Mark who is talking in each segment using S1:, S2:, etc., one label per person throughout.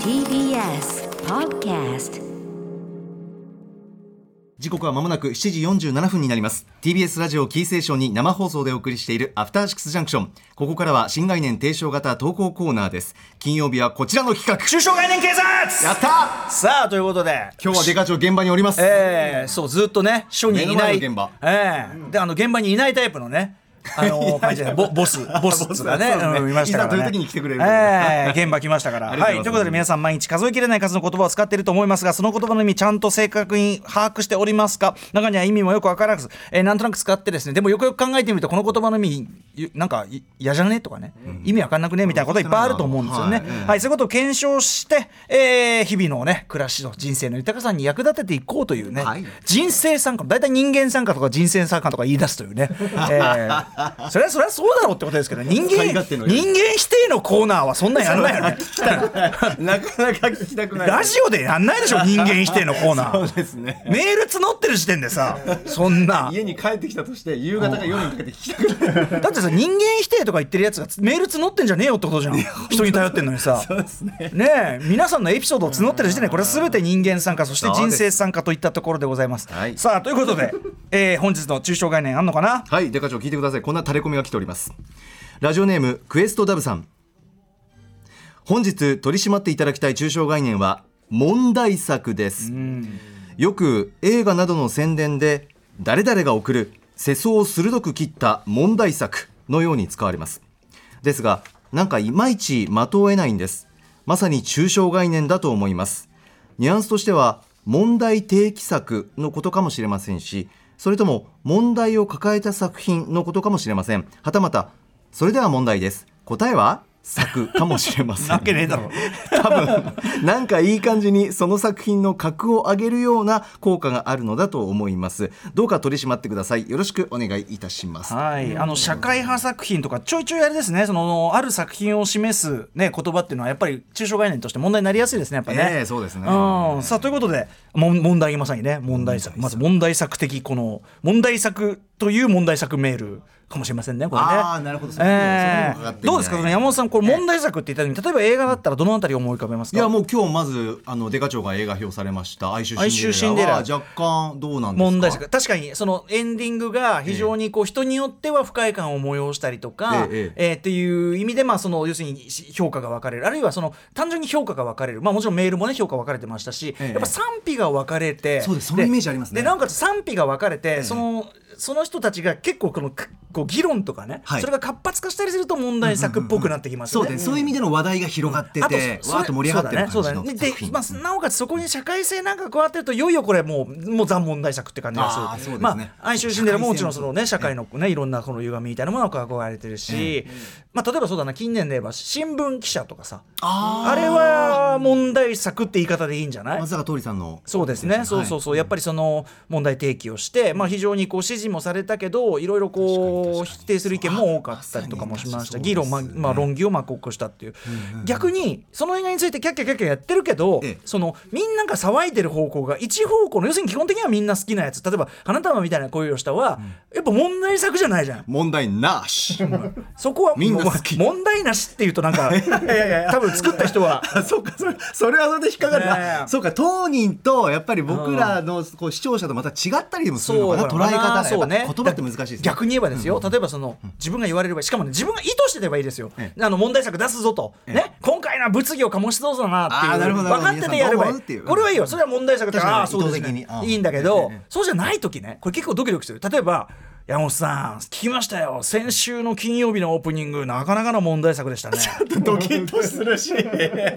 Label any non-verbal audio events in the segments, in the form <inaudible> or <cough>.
S1: TBS Podcast
S2: 時刻はまもなく7時47分になります TBS ラジオキーセーションに生放送でお送りしているアフターシックスジャンクションここからは新概念提唱型投稿コーナーです金曜日はこちらの企画
S3: 中小概念警察
S2: やった
S3: さあということで
S2: 今日はデカ長現場におります、
S3: えー、そうずっとね署にいない
S2: 目の前の現場
S3: えーであの現場にいないタイプのね
S2: <laughs>
S3: あの感じでボボスボスっつうかね
S2: そうね
S3: うんいましたから、ね、
S2: いざという時に来てくれる
S3: えー現場来ましたから
S2: <laughs> ありが
S3: は
S2: とうござ
S3: い
S2: います
S3: ということで皆さん毎日数えきれない数の言葉を使っていると思いますがその言葉の意味ちゃんと正確に把握しておりますか中には意味もよくわからず、えーなんとなく使ってですねでもよくよく考えてみるとこの言葉の意味ゆなんかい嫌じゃねとかね、意味わかんなくねみたいなこといっぱいあると思うんですよね
S2: はいうん
S3: はい、そういうことを検証して、えー日々のね、暮らしの人生の豊かさに役立てていこうというね、
S2: はい
S3: 人生参加、大体人間参加とか人生参加とか言い出すという
S2: <laughs>
S3: ね、えーそれはそれはそうだろうってことですけど、人
S2: 使
S3: 間
S2: い勝手
S3: 人
S2: の
S3: 間
S2: ように
S3: 否定のコーナーはそんなんやんないよ
S2: <laughs>
S3: ね。
S2: なかなか聞きたくない
S3: ラジオでやんないでしょ、人間否定のコー
S2: <laughs>
S3: ナ
S2: そう
S3: ー。
S2: ですね
S3: メール募ってる時点でさ、そんな。
S2: 家に帰ってきたとして夕方か夜にかけて聞きたくない
S3: だってさ人間否定とか言ってるやつがつメール募ってんじゃねえよってことじゃん人に頼ってんのにさ
S2: そうですね
S3: ねえ皆さんのエピソードを募ってる時点でこれは全て人間参加そして人生参加といったところでございます
S2: はい
S3: さあということで、えー本日の中小概念あんのか
S2: <laughs>
S3: な
S2: はいデカ長聞いてくださいこんなタレコミが来ておりますラジオネームクエストダブさん本日取り締まっていただきたい抽象概念は問題作ですよく映画などの宣伝で誰々が送る世相を鋭く切った問題作のように使われますですがなんかいまいち的を得ないんですまさに抽象概念だと思いますニュアンスとしては問題提起作のことかもしれませんしそれとも問題を抱えた作品のことかもしれませんはたまたそれでは問題です答えは作かもしれません
S3: <laughs> なわけねえだろ
S2: 多分なんかいい感じにその作品の格を上げるような効果があるのだと思いますどうか取り締まってくださいよろしくお願いいたします
S3: はい、あの社会派作品とかちょいちょいあれですねそのある作品を示す、ね、言葉っていうのはやっぱり抽象概念として問題になりやすいですねやっぱね。
S2: ええそうですね
S3: うんさあということでもん問題まさにね問題作まず問題作的この問題作という問題作メールかもしれませんねこれね。
S2: あーなるほどそういう
S3: え
S2: ことそういうのもかかってんじゃない
S3: どうですかその山本さんこれ問題作って言った時に例えば映画だったらどのあたりを思い浮かべます
S2: い
S3: か
S2: やもう今日まずあのデカ長が映画表されました哀愁
S3: 哀愁
S2: シ
S3: シ
S2: ン
S3: ン
S2: デ
S3: デ
S2: レ
S3: レ
S2: ラ
S3: ラ
S2: は若干どうなんですか
S3: 問題作確かにそのエンディングが非常にこう人によっては不快感を催したりとか、
S2: ええ
S3: えーっていう意味でまあその要するにし評価が分かれるあるいはその単純に評価が分かれるまあもちろんメールもね評価分かれてましたし、
S2: ええ
S3: やっぱ賛否が分かれて
S2: そうですそのイメージありますね
S3: でなおかつ賛否が分かれて、
S2: え
S3: そのその人たちが結構このくこう議論とかね、
S2: はい
S3: それが活発化したりすると問題作っぽくなってきます
S2: そ
S3: よ
S2: う
S3: ね
S2: です、。そういう意味での話題が広がって
S3: あと
S2: て
S3: そ
S2: わーっと盛り上がってる感じの
S3: そうだねそうだね
S2: 作
S3: で、
S2: 品
S3: まあ、なおかつそこに社会性なんか加わってるといよいよこれもうもう残問題作って感じがする
S2: あーそうですね
S3: まあ、哀愁シンデレラももちろんその、ね、社会の、ね、いろんなこの歪みみたいなものが憧れてるし、まあ、例えばそうだな近年で言えば新聞記者とかさ
S2: あー
S3: あれは問題作って言い方でいいんじゃない
S2: 松坂桃李さんの
S3: そうですね、そうそうそう、やっぱりその問題提起をして、まあ、非常にこう支持もされたけど、いろいろこう否定する意見も多かったりとかもしまし
S2: あまさ
S3: た、
S2: に
S3: 議論、ま
S2: そうですね
S3: まあ、論議をまあ起こしたっていう、逆にその映画について、キャッキャキャッキャやってるけど
S2: ええ、
S3: そのみんなが騒いでる方向が、一方向の、要するに基本的にはみんな好きなやつ、例えば花束みたいな恋をしたは、やっぱ問題作じゃないじゃん。
S2: 問題なし
S3: <laughs> そこは
S2: みんな好き
S3: もう問題なし <laughs> っていうと、なんか、多分作った人は。
S2: あ <laughs> そうかそれそれはそれで引っかかる
S3: ねえ
S2: なそうか当人とやっぱり僕らのこう視聴者とまた違ったりもするのかな
S3: そう
S2: 捉え方が
S3: そうね
S2: やっぱ言葉って難しいですね
S3: 逆に言えばですよ、例えばその自分が言われればしかもね自分が意図してればいいですよ、
S2: え
S3: あの問題作出すぞと、ね、今回のは物議を醸しそうだなってい
S2: あー
S3: う
S2: なるほど
S3: 分かっててやれ
S2: 皆さんど
S3: ばい
S2: う思うってい
S3: いうこれはいいよそれは問題作だからああ
S2: 確
S3: そ
S2: かに意図
S3: うですね
S2: 的にあー
S3: いいんだけど、
S2: ええええ
S3: そうじゃない時ねこれ結構ドキドキする例えば山本さん聞きましたよ先週の金曜日のオープニングなかなかの問題作
S2: <laughs>
S3: でしたね
S2: ドキッとするし
S3: これ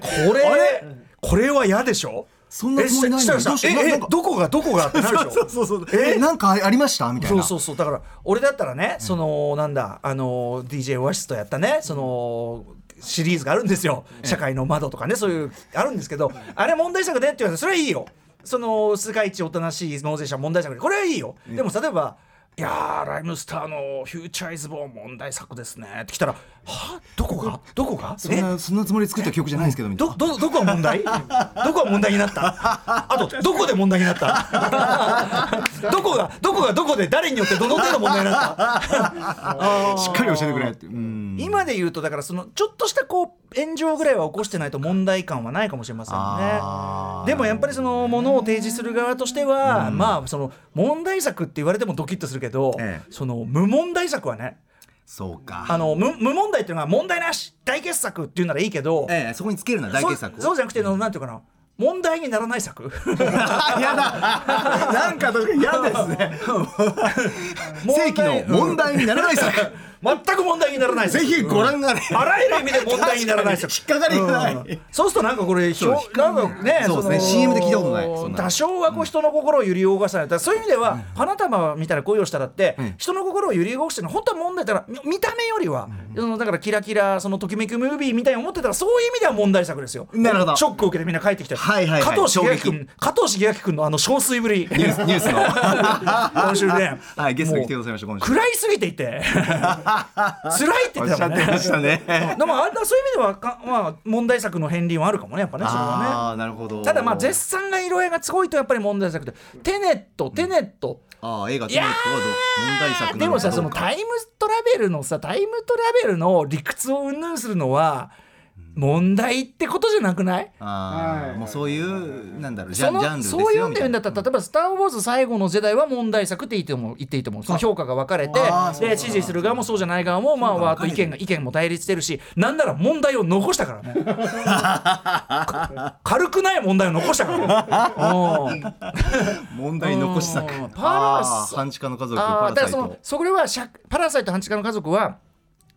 S3: これは嫌でしょ
S2: そんなつもりないの
S3: え
S2: に
S3: した
S2: どうし
S3: し
S2: たよう
S3: え
S2: な
S3: え
S2: んか
S3: どこがどこがってなるでし
S2: <laughs> そう
S3: ょ
S2: そうそうえなんかありましたみたい
S3: そう
S2: な
S3: そうそうだから俺だったらね、そのなんだあの DJ オアシスとやったねそのシリーズがあるんですよ「社会の窓」とかねそういうあるんですけどあれ問題作でって言われたらそれはいいよその世界一おとなしい納税者問題作でこれはいいよでも例えばいやーライムスターのフューチャーイズボーン問題作ですねって来たら「はどこがどこが
S2: そん
S3: え
S2: なそんなつもりで作った曲じゃないんですけどみたい
S3: ど
S2: な
S3: どどこが問題どこが問題になったあとどこで問題になったどこがどこがどこで誰によってどの程度問題になった
S2: しっかり教えてくれってうん
S3: 今で言うとだからそのちょっとしたこう炎上ぐらいは起こしてないと問題感はないかもしれません
S2: あー
S3: ねでもやっぱりそのものを提示する側としては、まあその問題作って言われてもドキッとするけど、
S2: ええ
S3: その無問題作はね
S2: そうか
S3: あの無無問題っていうのは問題なし大傑作っていうならいいけど、
S2: ええそこにつけるな大傑作
S3: そうそうじゃなくてのなんていうかな問題にならない作
S2: あやだなんかとか嫌ですね <laughs> 世紀の問題にならない作
S3: 全く問題にならない作
S2: ぜひご覧あれ
S3: あらゆる意味で問題にならない作
S2: 引っかかりがない
S3: そうするとなんかこれひょ
S2: そう
S3: なんかね
S2: そうですね
S3: の
S2: CM で聞いたことないそんな
S3: 多少はこう人の心を揺り動かさないだからそういう意味では花束みたいな恋をしたらって
S2: ん
S3: 人の心を揺り動かしてるのは本当は問題だからみ見た目よりはそのだからキラキラそのときめくムービーみたいに思ってたらそういう意味では問題作ですよ
S2: なるほど
S3: ショックを受けてみんな帰ってきて
S2: はいはいはい
S3: 加藤茂明
S2: 衝
S3: 君加藤茂明君のあの憔悴ぶり
S2: <laughs> ニュースニュースの
S3: 今週ね
S2: <laughs> はいゲストに来てくださいました
S3: もう
S2: 今週
S3: 暗いすぎて
S2: <laughs>
S3: いて辛いって
S2: お
S3: 言
S2: っし
S3: って
S2: ゃ
S3: た
S2: っ
S3: もん
S2: てま
S3: <laughs> ね
S2: したね
S3: でもあんなそういう意味ではか、まあ、問題作の片鱗はあるかもねやっぱねそれ
S2: あ
S3: は
S2: あなるほど
S3: ねただまあ絶賛が色合いがすごいとやっぱり問題作でテネットテネット、
S2: ああ映画
S3: い
S2: テネッ
S3: や
S2: トはどう問題作
S3: ー
S2: な
S3: で
S2: の
S3: も
S2: か
S3: さ
S2: ど
S3: そうの
S2: か
S3: タイムトラベルのさタイムトラベルの理屈を云々するのは問題ってことじゃなくない
S2: ああもうそういうなんだろうジャ
S3: そ
S2: ンジャンル
S3: の
S2: です
S3: そ
S2: よ
S3: う読んでるんだ
S2: み
S3: ったら例えば「スター・ウォーズ最後の時代」は問題作って言っても言っていいと思うその評価が分かれて
S2: あーそう
S3: で支持する側もそうじゃない側もまあわーっと意見が意見も対立してるしなんなら問題を残したからね
S2: <laughs>
S3: か軽くない問題を残し
S2: <laughs>
S3: たからねうん
S2: たいな問題残し作
S3: うんパラ
S2: あ
S3: ス
S2: あ半地下の家族
S3: あ
S2: パ
S3: ーだ
S2: ラ
S3: か
S2: サ
S3: ら
S2: イ
S3: その
S2: ト
S3: それは社パラサイト半地下の家族は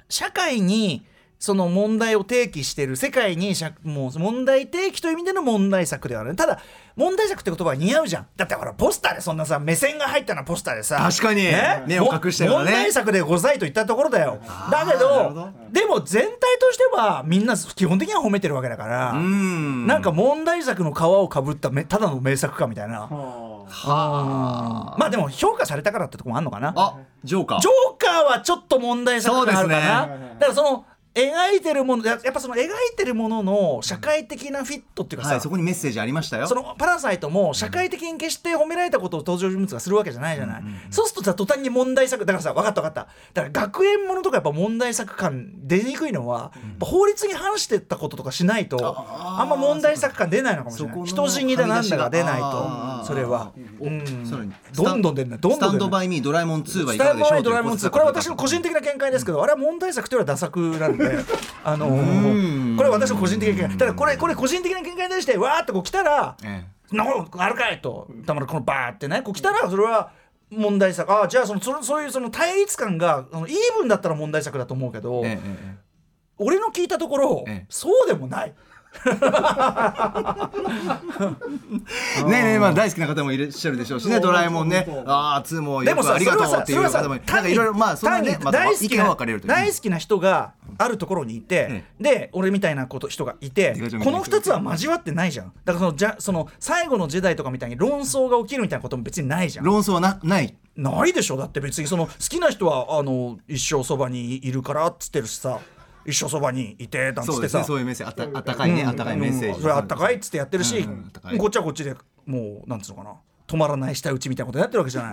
S3: 社会にその問題を提起してる世界に社もう問題提起という意味での問題作ではあるただ問題作って言葉は似合うじゃんだってほらポスターでそんなさ目線が入ったなポスターでさ
S2: 確かに
S3: ね
S2: 目を隠してるのね
S3: も問題作でございと言ったところだよだけ
S2: なる
S3: ど
S2: ほど
S3: でも全体としてはみんな基本的には褒めてるわけだから
S2: うん
S3: なんか問題作の皮をかぶっためただの名作かみたいな
S2: は
S3: まあでも評価されたからってとこもあんのかな
S2: ああジョーカー
S3: ジョーカーはちょっと問題作があるかな、
S2: そうで
S3: だからその描いてるものややっぱその描いてるものの社会的なフィットっていうかさ、
S2: はいそこにメッセージありましたよ
S3: そのパラサイトも社会的に決して褒められたことを登場人物がするわけじゃないじゃない、そうするとさ途端に問題作だからさ分かった分かっただから学園ものとかやっぱ問題作感出にくいのは、やっぱ法律に反してたこととかしないと
S2: あ
S3: あんま問題作感出ないのかもし
S2: そ
S3: れ
S2: こ
S3: ない
S2: の
S3: 人死にだなんだが出ない
S2: あー
S3: とそれは。
S2: おさらに
S3: どんどん出るねど
S2: ス
S3: んどん出るね
S2: タンドバイミードラえもん2はい
S3: ス
S2: か
S3: タ
S2: が
S3: ー
S2: でし
S3: バ
S2: ょ
S3: イ
S2: う
S3: ドラえもん2これは私の個人的な見解ですけどあれは問題作というよりはダ作な
S2: <laughs>
S3: んであのー
S2: ん
S3: これは私の個人的な見解ただこれこれ個人的な見解に対してわーってこう来たら「
S2: え
S3: なこあるかい!」とたまらこのバーってねこう来たらそれは問題作ああじゃあそのそのそういうその対立感があのイーブンだったら問題作だと思うけど、
S2: えええ
S3: 俺の聞いたところ、
S2: ええ
S3: そうでもない。
S2: えねえねえまあ大好きな方もいらっしゃるでしょうしねドラえもんねああ2も
S3: で
S2: よ
S3: も
S2: く
S3: さ、
S2: ありがとうっていう方もなん
S3: 単
S2: か
S3: に
S2: いろいろまあそんなね
S3: 単に
S2: また
S3: 大好
S2: 意
S3: き
S2: 見は
S3: な
S2: 分かれるという
S3: 大好きな人があるところにいて、で、俺みたいなこと人がいて
S2: 出川ちゃん、みた
S3: こ
S2: いな
S3: の
S2: 人
S3: 二つは交わってないじゃん。だからそのじゃその最後の時代とかみたいに論争が起きるみたいなことも別にないじゃん。
S2: 論争はなない
S3: ないでしょだって別にその好きな人はあの一生そばにいるからっつってるしさ、一生そばにいてなんつ
S2: そ
S3: っ
S2: う
S3: て
S2: ですね
S3: さ。
S2: そういうメッセージあったあったかいねあったかいメッセー
S3: う
S2: ジ
S3: んそれあったかいっつってやってるし、
S2: うんうんあったかい
S3: こっちはこっちでもうなんつうのかな止まらない下打ちみたいなことやってるわけじゃな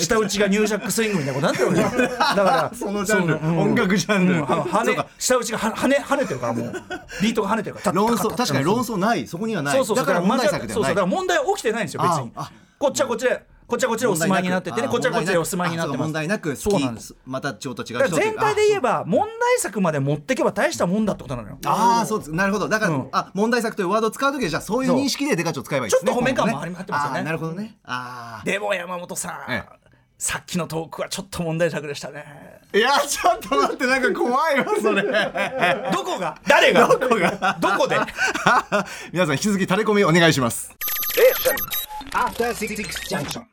S2: <laughs>
S3: 下打ちがニュージャックスイングみたいなことになってるわけじゃないだから
S2: そのジャンル
S3: そのうん
S2: 音楽ジャンル
S3: うんあの跳
S2: そ
S3: ね
S2: うか
S3: 下打ちがは跳ね跳ねてるからもうビートが跳ねてるから
S2: 論争確かに論
S3: 争
S2: 争ないそこにはない
S3: そうそうそ
S2: だ
S3: う
S2: から問題作で
S3: そうそうだ
S2: は
S3: か
S2: ない
S3: ら問題は起きてないんですよ別に
S2: ああ
S3: こっちはこっちでこっちはこっちでお住まいになっててね
S2: あ
S3: こっちはこっちでお住まいになってます
S2: 問題なくあそう
S3: そ
S2: か問
S3: う
S2: 題
S3: なん
S2: な
S3: で
S2: く
S3: す
S2: 好きまたちょっと違う
S3: だから
S2: 人という
S3: 全体で言えば問題作まで持ってけば大したもんだってことなのよ
S2: ああそうですなるほどだから、
S3: うん
S2: あ問題作というワードを使う時はじゃあそういう認識でデカチョを使えばいいですね
S3: ちょっと褒め感も
S2: 今後
S3: ありあってますよね
S2: あーなるほどねあ
S3: でも山本さん、
S2: え
S3: さっきのトークはちょっと問題作でしたね。
S2: あいやちょっと待ってなんか怖いわそ <laughs> れ
S3: どこが誰がどこ
S2: が
S3: <laughs> で
S2: <laughs> 皆さん引き続きタレコミお願いします
S4: After Six Junction.